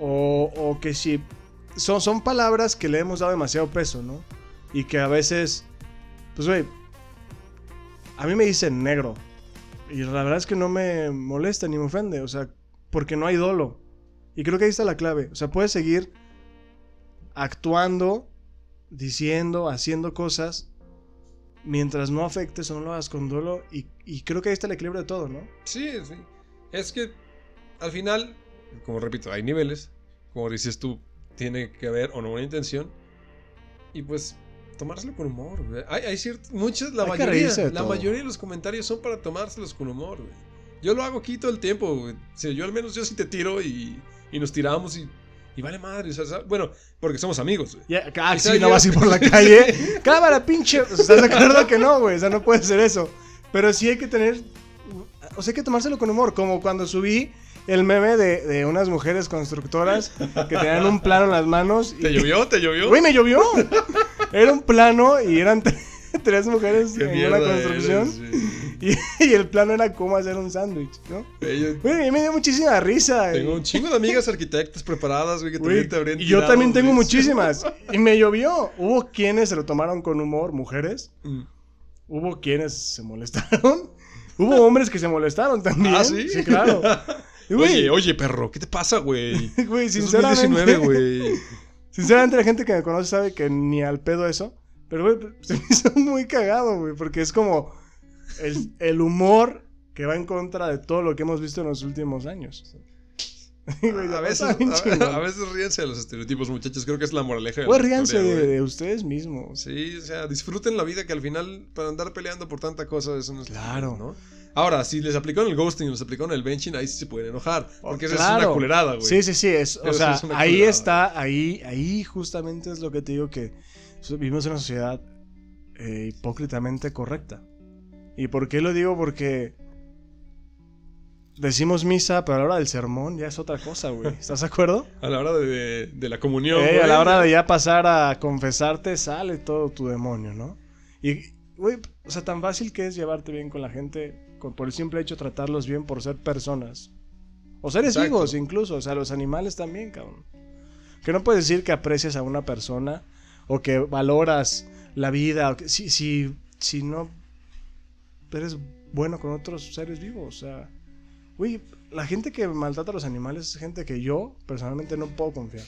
[SPEAKER 1] O, o que si. Son, son palabras que le hemos dado demasiado peso, ¿no? Y que a veces. Pues, güey. A mí me dicen negro. Y la verdad es que no me molesta ni me ofende. O sea, porque no hay dolo. Y creo que ahí está la clave. O sea, puedes seguir actuando, diciendo, haciendo cosas. Mientras no afectes o no lo hagas con dolo. Y, y creo que ahí está el equilibrio de todo, ¿no?
[SPEAKER 2] Sí, sí. Es que al final, como repito, hay niveles. Como dices tú, tiene que haber o no una intención. Y pues tomárselo con humor, güey. Hay, hay ciert- muchas, la
[SPEAKER 1] Hay que
[SPEAKER 2] mayoría,
[SPEAKER 1] reírse de
[SPEAKER 2] la
[SPEAKER 1] todo.
[SPEAKER 2] mayoría de los comentarios son para tomárselos con humor, güey. Yo lo hago aquí todo el tiempo, güey. Sí, yo al menos yo sí te tiro y, y nos tiramos y, y vale madre. o sea, sa- bueno, porque somos amigos, güey.
[SPEAKER 1] Ya, ah,
[SPEAKER 2] Quizá
[SPEAKER 1] sí, no
[SPEAKER 2] yo-
[SPEAKER 1] vas a ir por la calle. Cámara, pinche. O sea, ¿Estás de acuerdo que no, güey? O sea, no puede ser eso. Pero sí hay que tener. O sea, hay que tomárselo con humor. Como cuando subí el meme de, de unas mujeres constructoras que tenían un plano en las manos.
[SPEAKER 2] ¿Te
[SPEAKER 1] Y,
[SPEAKER 2] llovió? ¿Te llovió?
[SPEAKER 1] güey, me llovió. Era un plano y eran tre- tres mujeres en una
[SPEAKER 2] eres,
[SPEAKER 1] construcción.
[SPEAKER 2] sí.
[SPEAKER 1] Y, y el plano era cómo hacer un sándwich, ¿no?
[SPEAKER 2] Güey, yo
[SPEAKER 1] Güey, a mí me dio muchísima risa. eh.
[SPEAKER 2] tengo un chingo de amigas arquitectas preparadas, güey, que
[SPEAKER 1] Güey,
[SPEAKER 2] también te habrían
[SPEAKER 1] y yo
[SPEAKER 2] tirado,
[SPEAKER 1] también tengo
[SPEAKER 2] güey.
[SPEAKER 1] muchísimas. Y me llovió. Hubo quienes se lo tomaron con humor, mujeres.
[SPEAKER 2] Mm.
[SPEAKER 1] Hubo quienes se molestaron. Hubo hombres que se molestaron también.
[SPEAKER 2] Ah, sí.
[SPEAKER 1] claro. Y,
[SPEAKER 2] oye,
[SPEAKER 1] Güey,
[SPEAKER 2] oye, perro, ¿qué te pasa, güey?
[SPEAKER 1] güey,
[SPEAKER 2] Es
[SPEAKER 1] sinceramente.
[SPEAKER 2] 2019, güey.
[SPEAKER 1] Sinceramente, la gente que me conoce sabe que ni al pedo eso. Pero, güey, se me hizo muy cagado, güey. Porque es como el, el humor que va en contra de todo lo que hemos visto en los últimos años. Güey, la
[SPEAKER 2] A veces,
[SPEAKER 1] neta, bien chingón.
[SPEAKER 2] a, a veces ríense de los estereotipos, muchachos. Creo que es la moraleja. de la
[SPEAKER 1] Güey, ríanse
[SPEAKER 2] historia,
[SPEAKER 1] de,
[SPEAKER 2] güey.
[SPEAKER 1] de ustedes mismos.
[SPEAKER 2] Sí, o sea, disfruten la vida que al final, para andar peleando por tanta cosa, eso no es.
[SPEAKER 1] Claro.
[SPEAKER 2] ¿no? Ahora, si les aplicaron el ghosting, les aplicaron el benching, ahí sí se pueden enojar. Porque eso es una
[SPEAKER 1] Oh, Claro.
[SPEAKER 2] culerada, güey.
[SPEAKER 1] Sí, sí, sí. Es,
[SPEAKER 2] Eso
[SPEAKER 1] o
[SPEAKER 2] es
[SPEAKER 1] sea,
[SPEAKER 2] una
[SPEAKER 1] ahí
[SPEAKER 2] culerada.
[SPEAKER 1] está, ahí, ahí justamente es lo que te digo que so- vivimos en una sociedad eh, hipócritamente correcta. ¿Y por qué lo digo? Porque decimos misa, pero a la hora del sermón ya es otra cosa, güey. ¿Estás de acuerdo?
[SPEAKER 2] A la hora de, de- de la comunión.
[SPEAKER 1] Eh, a
[SPEAKER 2] güey,
[SPEAKER 1] la hora de ya pasar a confesarte, sale todo tu demonio, ¿no? Y, güey, o sea, tan fácil que es llevarte bien con la gente con- por el simple hecho de tratarlos bien por ser personas. O seres
[SPEAKER 2] Exacto.
[SPEAKER 1] vivos, incluso. O sea, los animales también, cabrón. Que no puedes decir que aprecias a una persona o que valoras la vida. o que- si, si, si no eres bueno con otros seres vivos. O sea, güey, la gente que maltrata a los animales es gente que yo personalmente no puedo confiar.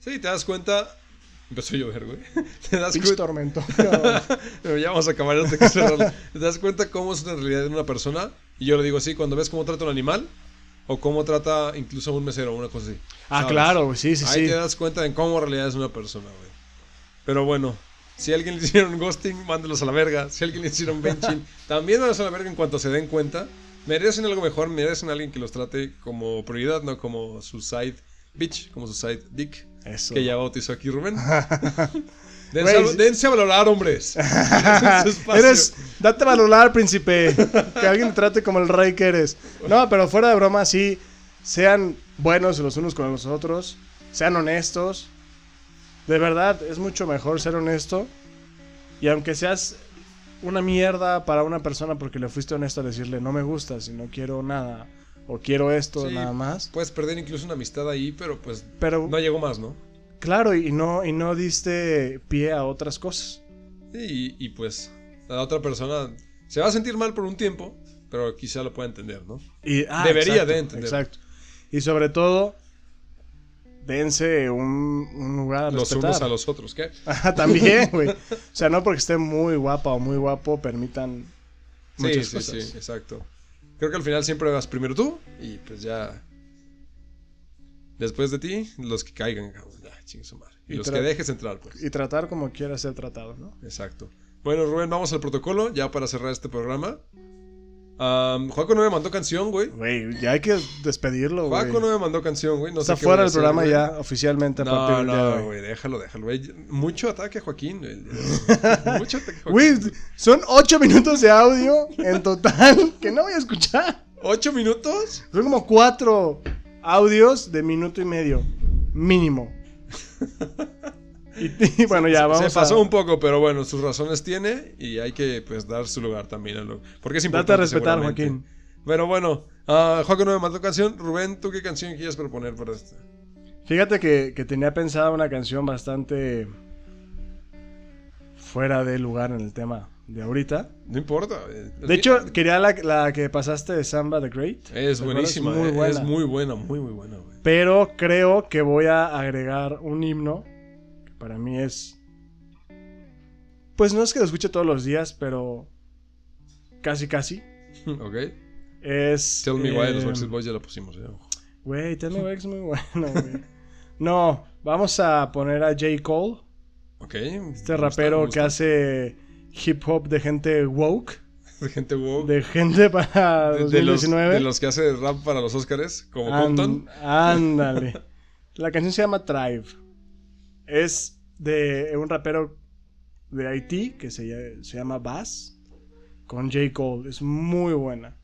[SPEAKER 2] Sí, te das cuenta. Empezó a llover, güey. Te das
[SPEAKER 1] Pinche
[SPEAKER 2] cuenta.
[SPEAKER 1] tormento. cabrón.
[SPEAKER 2] Pero ya vamos a acabar antes de que cerrar. ¿Te das cuenta cómo es la realidad de una persona? Y yo le digo así, cuando ves cómo trata un animal o cómo trata incluso a un mesero o una cosa así.
[SPEAKER 1] ah,
[SPEAKER 2] ¿sabes?
[SPEAKER 1] claro, güey, sí, sí, sí.
[SPEAKER 2] Ahí te das cuenta de cómo en realidad es una persona, güey. Pero bueno, si a alguien le hicieron ghosting, mándelos a la verga. Si a alguien le hicieron benching, también mándelos a la verga en cuanto se den cuenta. Merecen algo mejor, merecen a alguien que los trate como prioridad, no como su side bitch, como su side dick,
[SPEAKER 1] Eso.
[SPEAKER 2] que ya bautizó aquí Rubén. dense,
[SPEAKER 1] Güey,
[SPEAKER 2] a,
[SPEAKER 1] sí.
[SPEAKER 2] dense a valorar, hombres. Dense su espacio.
[SPEAKER 1] Eres, date valorar, príncipe. Que alguien te trate como el rey que eres. No, pero fuera de broma, sí. Sean buenos los unos con los otros. Sean honestos. De verdad, es mucho mejor ser honesto. Y aunque seas una mierda para una persona porque le fuiste honesto a decirle no me gusta, si no quiero nada. O quiero esto,
[SPEAKER 2] Sí.
[SPEAKER 1] nada más.
[SPEAKER 2] Puedes perder incluso una amistad ahí, pero pues
[SPEAKER 1] Pero,
[SPEAKER 2] no llegó más, ¿no?
[SPEAKER 1] claro, y no, y no diste pie a otras cosas.
[SPEAKER 2] Y, y pues la otra persona se va a sentir mal por un tiempo, pero quizá lo pueda entender, ¿no?
[SPEAKER 1] Y- ah,
[SPEAKER 2] Debería
[SPEAKER 1] exacto,
[SPEAKER 2] de entender.
[SPEAKER 1] Exacto. Y sobre todo, dense un, un lugar a
[SPEAKER 2] Los
[SPEAKER 1] respetar.
[SPEAKER 2] unos a los otros, ¿qué?
[SPEAKER 1] Ajá, también, güey. O sea, no porque esté muy guapa o muy guapo permitan
[SPEAKER 2] Sí,
[SPEAKER 1] muchas
[SPEAKER 2] sí,
[SPEAKER 1] cosas.
[SPEAKER 2] sí, exacto. Creo que al final siempre vas primero tú y pues ya. Después de ti, los que caigan, cabrón, ya, chingue su madre. Y,
[SPEAKER 1] Y
[SPEAKER 2] los
[SPEAKER 1] tra-
[SPEAKER 2] que dejes entrar, pues.
[SPEAKER 1] Y tratar como quiera ser tratado, ¿no?
[SPEAKER 2] Exacto. Bueno, Rubén, vamos al protocolo ya para cerrar este programa. Am, Juaco no me mandó canción, güey.
[SPEAKER 1] Güey, ya hay que despedirlo, güey.
[SPEAKER 2] Juaco no me mandó canción, güey. No
[SPEAKER 1] Está
[SPEAKER 2] sé qué
[SPEAKER 1] fuera
[SPEAKER 2] voy a
[SPEAKER 1] del
[SPEAKER 2] hacer,
[SPEAKER 1] programa
[SPEAKER 2] güey.
[SPEAKER 1] ya oficialmente a partir
[SPEAKER 2] No,
[SPEAKER 1] del día de
[SPEAKER 2] no,
[SPEAKER 1] hoy.
[SPEAKER 2] güey, déjalo, déjalo, güey. Mucho ataque a Joaquín, güey. Mucho ataque a Joaquín.
[SPEAKER 1] Güey, son ocho minutos de audio en total que no voy a escuchar.
[SPEAKER 2] ¿Ocho minutos?
[SPEAKER 1] Son como cuatro audios de minuto y medio, mínimo. Y, y bueno, ya vamos.
[SPEAKER 2] Se pasó
[SPEAKER 1] a,
[SPEAKER 2] un poco, pero bueno, sus razones tiene y hay que, pues, dar su lugar también. a lo- Porque es importante,
[SPEAKER 1] Date a respetar,
[SPEAKER 2] seguramente.
[SPEAKER 1] Joaquín.
[SPEAKER 2] Pero bueno, ah, Joaquín no me mandó canción. Rubén, ¿tú qué canción quieres proponer para este? esta?
[SPEAKER 1] Fíjate que, que tenía pensada una canción bastante fuera de lugar en el tema de ahorita.
[SPEAKER 2] No importa. eh,
[SPEAKER 1] De hecho, quería la, la que pasaste de Samba the Great.
[SPEAKER 2] es
[SPEAKER 1] ¿Te acuerdas?
[SPEAKER 2] buenísima. eh,
[SPEAKER 1] Muy
[SPEAKER 2] Es muy,
[SPEAKER 1] buena.
[SPEAKER 2] buena, muy, muy buena, güey.
[SPEAKER 1] Pero creo que voy a agregar un himno que para mí es. Pues no es que lo escuche todos los días, pero casi, casi.
[SPEAKER 2] ok.
[SPEAKER 1] Es.
[SPEAKER 2] Tell me why, los
[SPEAKER 1] Hmm. eh,
[SPEAKER 2] Backstreet Boys ya la pusimos. eh.
[SPEAKER 1] Güey, Tell Me Why es muy bueno, güey. No, vamos a poner a J. Cole,
[SPEAKER 2] Ok.
[SPEAKER 1] este rapero que hace hip hop de gente woke,
[SPEAKER 2] hace. Gente woke.
[SPEAKER 1] de gente para
[SPEAKER 2] De- de los,
[SPEAKER 1] 2019.
[SPEAKER 2] de los que hace rap para los Oscars, como
[SPEAKER 1] An-
[SPEAKER 2] Compton.
[SPEAKER 1] Ándale. La canción se llama Tribe. Es de un rapero de Haití que se, ll- se llama Bass con J. Cole. Es muy buena.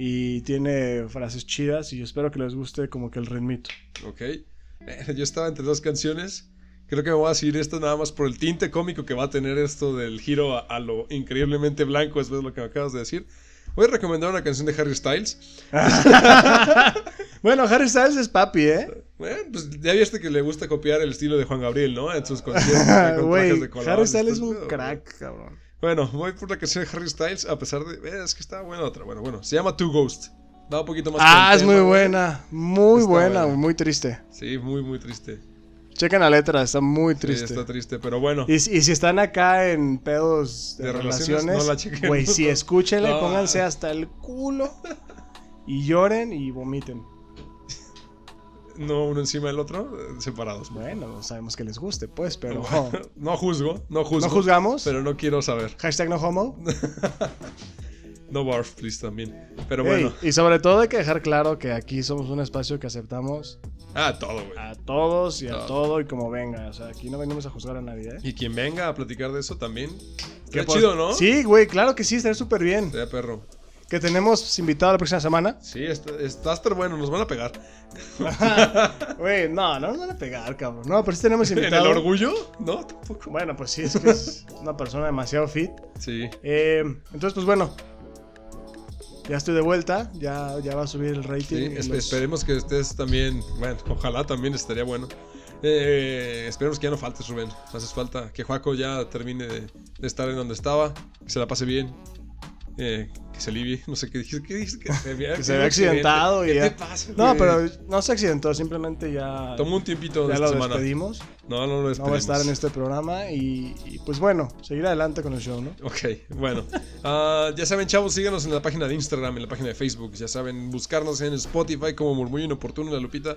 [SPEAKER 1] Y tiene frases chidas y yo espero que les guste como que el ritmito.
[SPEAKER 2] Ok. Eh, Yo estaba entre dos canciones Creo que me voy a decir esto nada más por el tinte cómico que va a tener esto del giro a, a lo increíblemente blanco, después de lo que me acabas de decir. Voy a recomendar una canción de Harry Styles.
[SPEAKER 1] bueno, Harry Styles es papi, ¿eh?
[SPEAKER 2] Bueno, pues ya viste que le gusta copiar el estilo de Juan Gabriel, ¿no? En sus conciertos ahí con trajes
[SPEAKER 1] Güey,
[SPEAKER 2] de color,
[SPEAKER 1] Harry Styles es
[SPEAKER 2] este
[SPEAKER 1] un
[SPEAKER 2] pedo.
[SPEAKER 1] crack, cabrón.
[SPEAKER 2] Bueno, voy por la canción de Harry Styles, a pesar de. eh, es que está buena otra. Bueno, bueno, se llama Two Ghost. Va un poquito más.
[SPEAKER 1] Ah,
[SPEAKER 2] con el
[SPEAKER 1] es
[SPEAKER 2] tema,
[SPEAKER 1] muy
[SPEAKER 2] güey.
[SPEAKER 1] buena. Muy
[SPEAKER 2] Está
[SPEAKER 1] buena,
[SPEAKER 2] buena.
[SPEAKER 1] muy triste.
[SPEAKER 2] Sí, muy, muy triste.
[SPEAKER 1] Chequen la letra, está muy
[SPEAKER 2] Triste.
[SPEAKER 1] triste.
[SPEAKER 2] está triste, pero bueno.
[SPEAKER 1] Y, si- y si están acá en pedos de,
[SPEAKER 2] De relaciones,
[SPEAKER 1] relaciones,
[SPEAKER 2] no la chequen.
[SPEAKER 1] güey, sí, escúchenla,
[SPEAKER 2] No.
[SPEAKER 1] pónganse hasta el culo y lloren y vomiten.
[SPEAKER 2] No uno encima del otro, eh, separados.
[SPEAKER 1] Bueno, no sabemos que les guste, pues, pero
[SPEAKER 2] No juzgo, no juzgo.
[SPEAKER 1] no juzgamos.
[SPEAKER 2] Pero no quiero saber.
[SPEAKER 1] Hashtag no homo.
[SPEAKER 2] No barf, please, también. Pero
[SPEAKER 1] Ey,
[SPEAKER 2] bueno.
[SPEAKER 1] y sobre todo hay que dejar claro que aquí somos un espacio que aceptamos
[SPEAKER 2] Ah, todo, güey.
[SPEAKER 1] a todos y a
[SPEAKER 2] Todo.
[SPEAKER 1] todo y como venga. O sea, aquí no venimos a juzgar a nadie, ¿eh?
[SPEAKER 2] Y quien venga a platicar de eso también.
[SPEAKER 1] Que
[SPEAKER 2] Qué
[SPEAKER 1] por-
[SPEAKER 2] chido, ¿no?
[SPEAKER 1] Sí, güey, claro que sí, está súper bien.
[SPEAKER 2] Estaría perro.
[SPEAKER 1] Que tenemos invitado la próxima semana.
[SPEAKER 2] Sí, está, está hasta bueno, nos van a pegar.
[SPEAKER 1] Güey, no, no nos van a pegar, cabrón. No, pero sí tenemos
[SPEAKER 2] ¿En
[SPEAKER 1] invitado.
[SPEAKER 2] el orgullo? No, tampoco.
[SPEAKER 1] Bueno, pues sí, es que es una persona demasiado fit.
[SPEAKER 2] Sí.
[SPEAKER 1] Eh, entonces, pues bueno. Ya estoy de vuelta. Ya, ya va a subir el rating.
[SPEAKER 2] Sí,
[SPEAKER 1] y
[SPEAKER 2] esp-
[SPEAKER 1] los-
[SPEAKER 2] esperemos que estés también. Bueno, ojalá también estaría bueno. Eh, esperemos que ya no faltes, Rubén. No haces falta que Juaco ya termine de, de estar en donde estaba, que se la pase bien, eh, que se alivie. No sé qué dijiste, ¿qué dijiste? Que se había,
[SPEAKER 1] Que se había accidentado y
[SPEAKER 2] ¿Qué
[SPEAKER 1] ya.
[SPEAKER 2] te pasa,
[SPEAKER 1] No,
[SPEAKER 2] güey?
[SPEAKER 1] pero no se accidentó, simplemente ya,
[SPEAKER 2] Tomó un tiempito de
[SPEAKER 1] ya
[SPEAKER 2] esta
[SPEAKER 1] lo
[SPEAKER 2] semana.
[SPEAKER 1] despedimos.
[SPEAKER 2] No, no lo
[SPEAKER 1] No va a
[SPEAKER 2] despedimos.
[SPEAKER 1] estar en este programa y, y, pues bueno, seguir adelante con el show, ¿no?
[SPEAKER 2] Ok, bueno. Ah, ya saben, chavos, síganos en la página de Instagram, en la página de Facebook. Ya saben, buscarnos en Spotify como Murmullo Inoportuno La Lupita.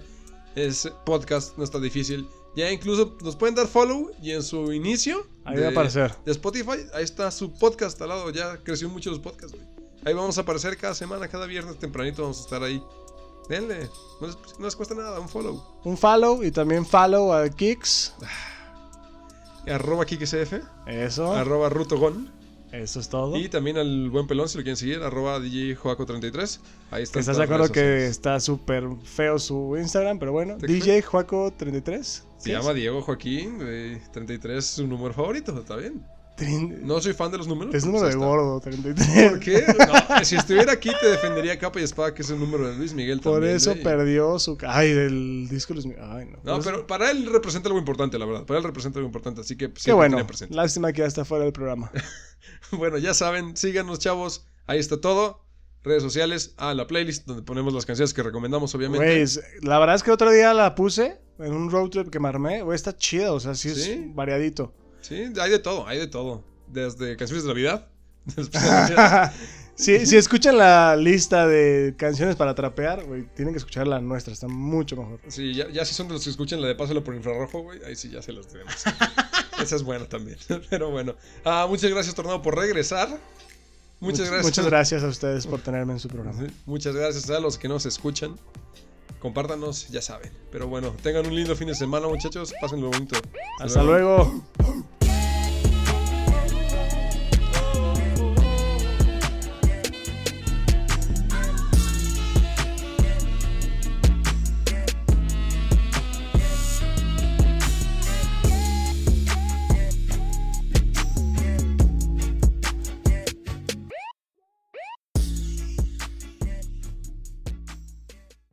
[SPEAKER 2] Es podcast, no está difícil. Ya incluso nos pueden dar follow y en su inicio.
[SPEAKER 1] Ahí va a aparecer.
[SPEAKER 2] De Spotify, ahí está su podcast al lado. Ya creció mucho los podcasts, güey. Ahí vamos a aparecer cada semana, cada viernes tempranito vamos a estar ahí. Denle, no les, no les cuesta nada, un follow.
[SPEAKER 1] Un follow y también follow a Kicks.
[SPEAKER 2] Arroba KikeCF,
[SPEAKER 1] Eso,
[SPEAKER 2] arroba Rutogon.
[SPEAKER 1] eso es todo.
[SPEAKER 2] Y también al buen pelón, si lo quieren seguir, arroba DJ Joaco33. Ahí está.
[SPEAKER 1] Que ¿Estás de acuerdo que está súper feo su Instagram? Pero bueno,
[SPEAKER 2] ¿Te
[SPEAKER 1] DJ Juaco33.
[SPEAKER 2] Se llama Diego Joaquín, güey, 33 es su número favorito, está bien. No soy fan de los números.
[SPEAKER 1] Es
[SPEAKER 2] pero
[SPEAKER 1] número
[SPEAKER 2] pues
[SPEAKER 1] de
[SPEAKER 2] ahí
[SPEAKER 1] gordo, 33.
[SPEAKER 2] está. ¿Por qué? No, si estuviera aquí te defendería capa y espada, que es el número de Luis Miguel
[SPEAKER 1] Por
[SPEAKER 2] también,
[SPEAKER 1] eso pues
[SPEAKER 2] güey.
[SPEAKER 1] perdió su. Ay, del disco Luis Miguel. Ay, no.
[SPEAKER 2] No,
[SPEAKER 1] Por eso-
[SPEAKER 2] pero para él representa algo importante, la verdad. Para él representa algo importante, así que
[SPEAKER 1] Qué
[SPEAKER 2] siempre
[SPEAKER 1] bueno.
[SPEAKER 2] tiene presente.
[SPEAKER 1] Lástima que ya está fuera del programa.
[SPEAKER 2] Bueno, ya saben, síganos, chavos. Ahí está todo. Redes sociales, a la playlist donde ponemos las canciones que recomendamos, obviamente.
[SPEAKER 1] Güey, es- la verdad es que otro día la puse en un road trip que me armé. Güey, está chida, o sea, sí,
[SPEAKER 2] ¿Sí?
[SPEAKER 1] es variadito.
[SPEAKER 2] Sí, hay de todo, hay de todo. Desde canciones de Navidad. después de Navidad.
[SPEAKER 1] si, si escuchan la lista de canciones para trapear, güey, tienen que escuchar la nuestra, está mucho mejor.
[SPEAKER 2] sí, ya, ya si son de los que escuchan la de Pásalo por infrarrojo, güey. Ahí sí ya se las tenemos. Esa es buena también. Pero bueno. Ah, muchas gracias, Tornado, por regresar. Muchas
[SPEAKER 1] Much-
[SPEAKER 2] gracias.
[SPEAKER 1] Muchas gracias a ustedes por tenerme en su programa.
[SPEAKER 2] Muchas gracias a los que nos escuchan. Compártanos, ya saben. Pero bueno, tengan un lindo fin de semana, muchachos. Pásenlo bonito.
[SPEAKER 1] Hasta luego.
[SPEAKER 3] Oh,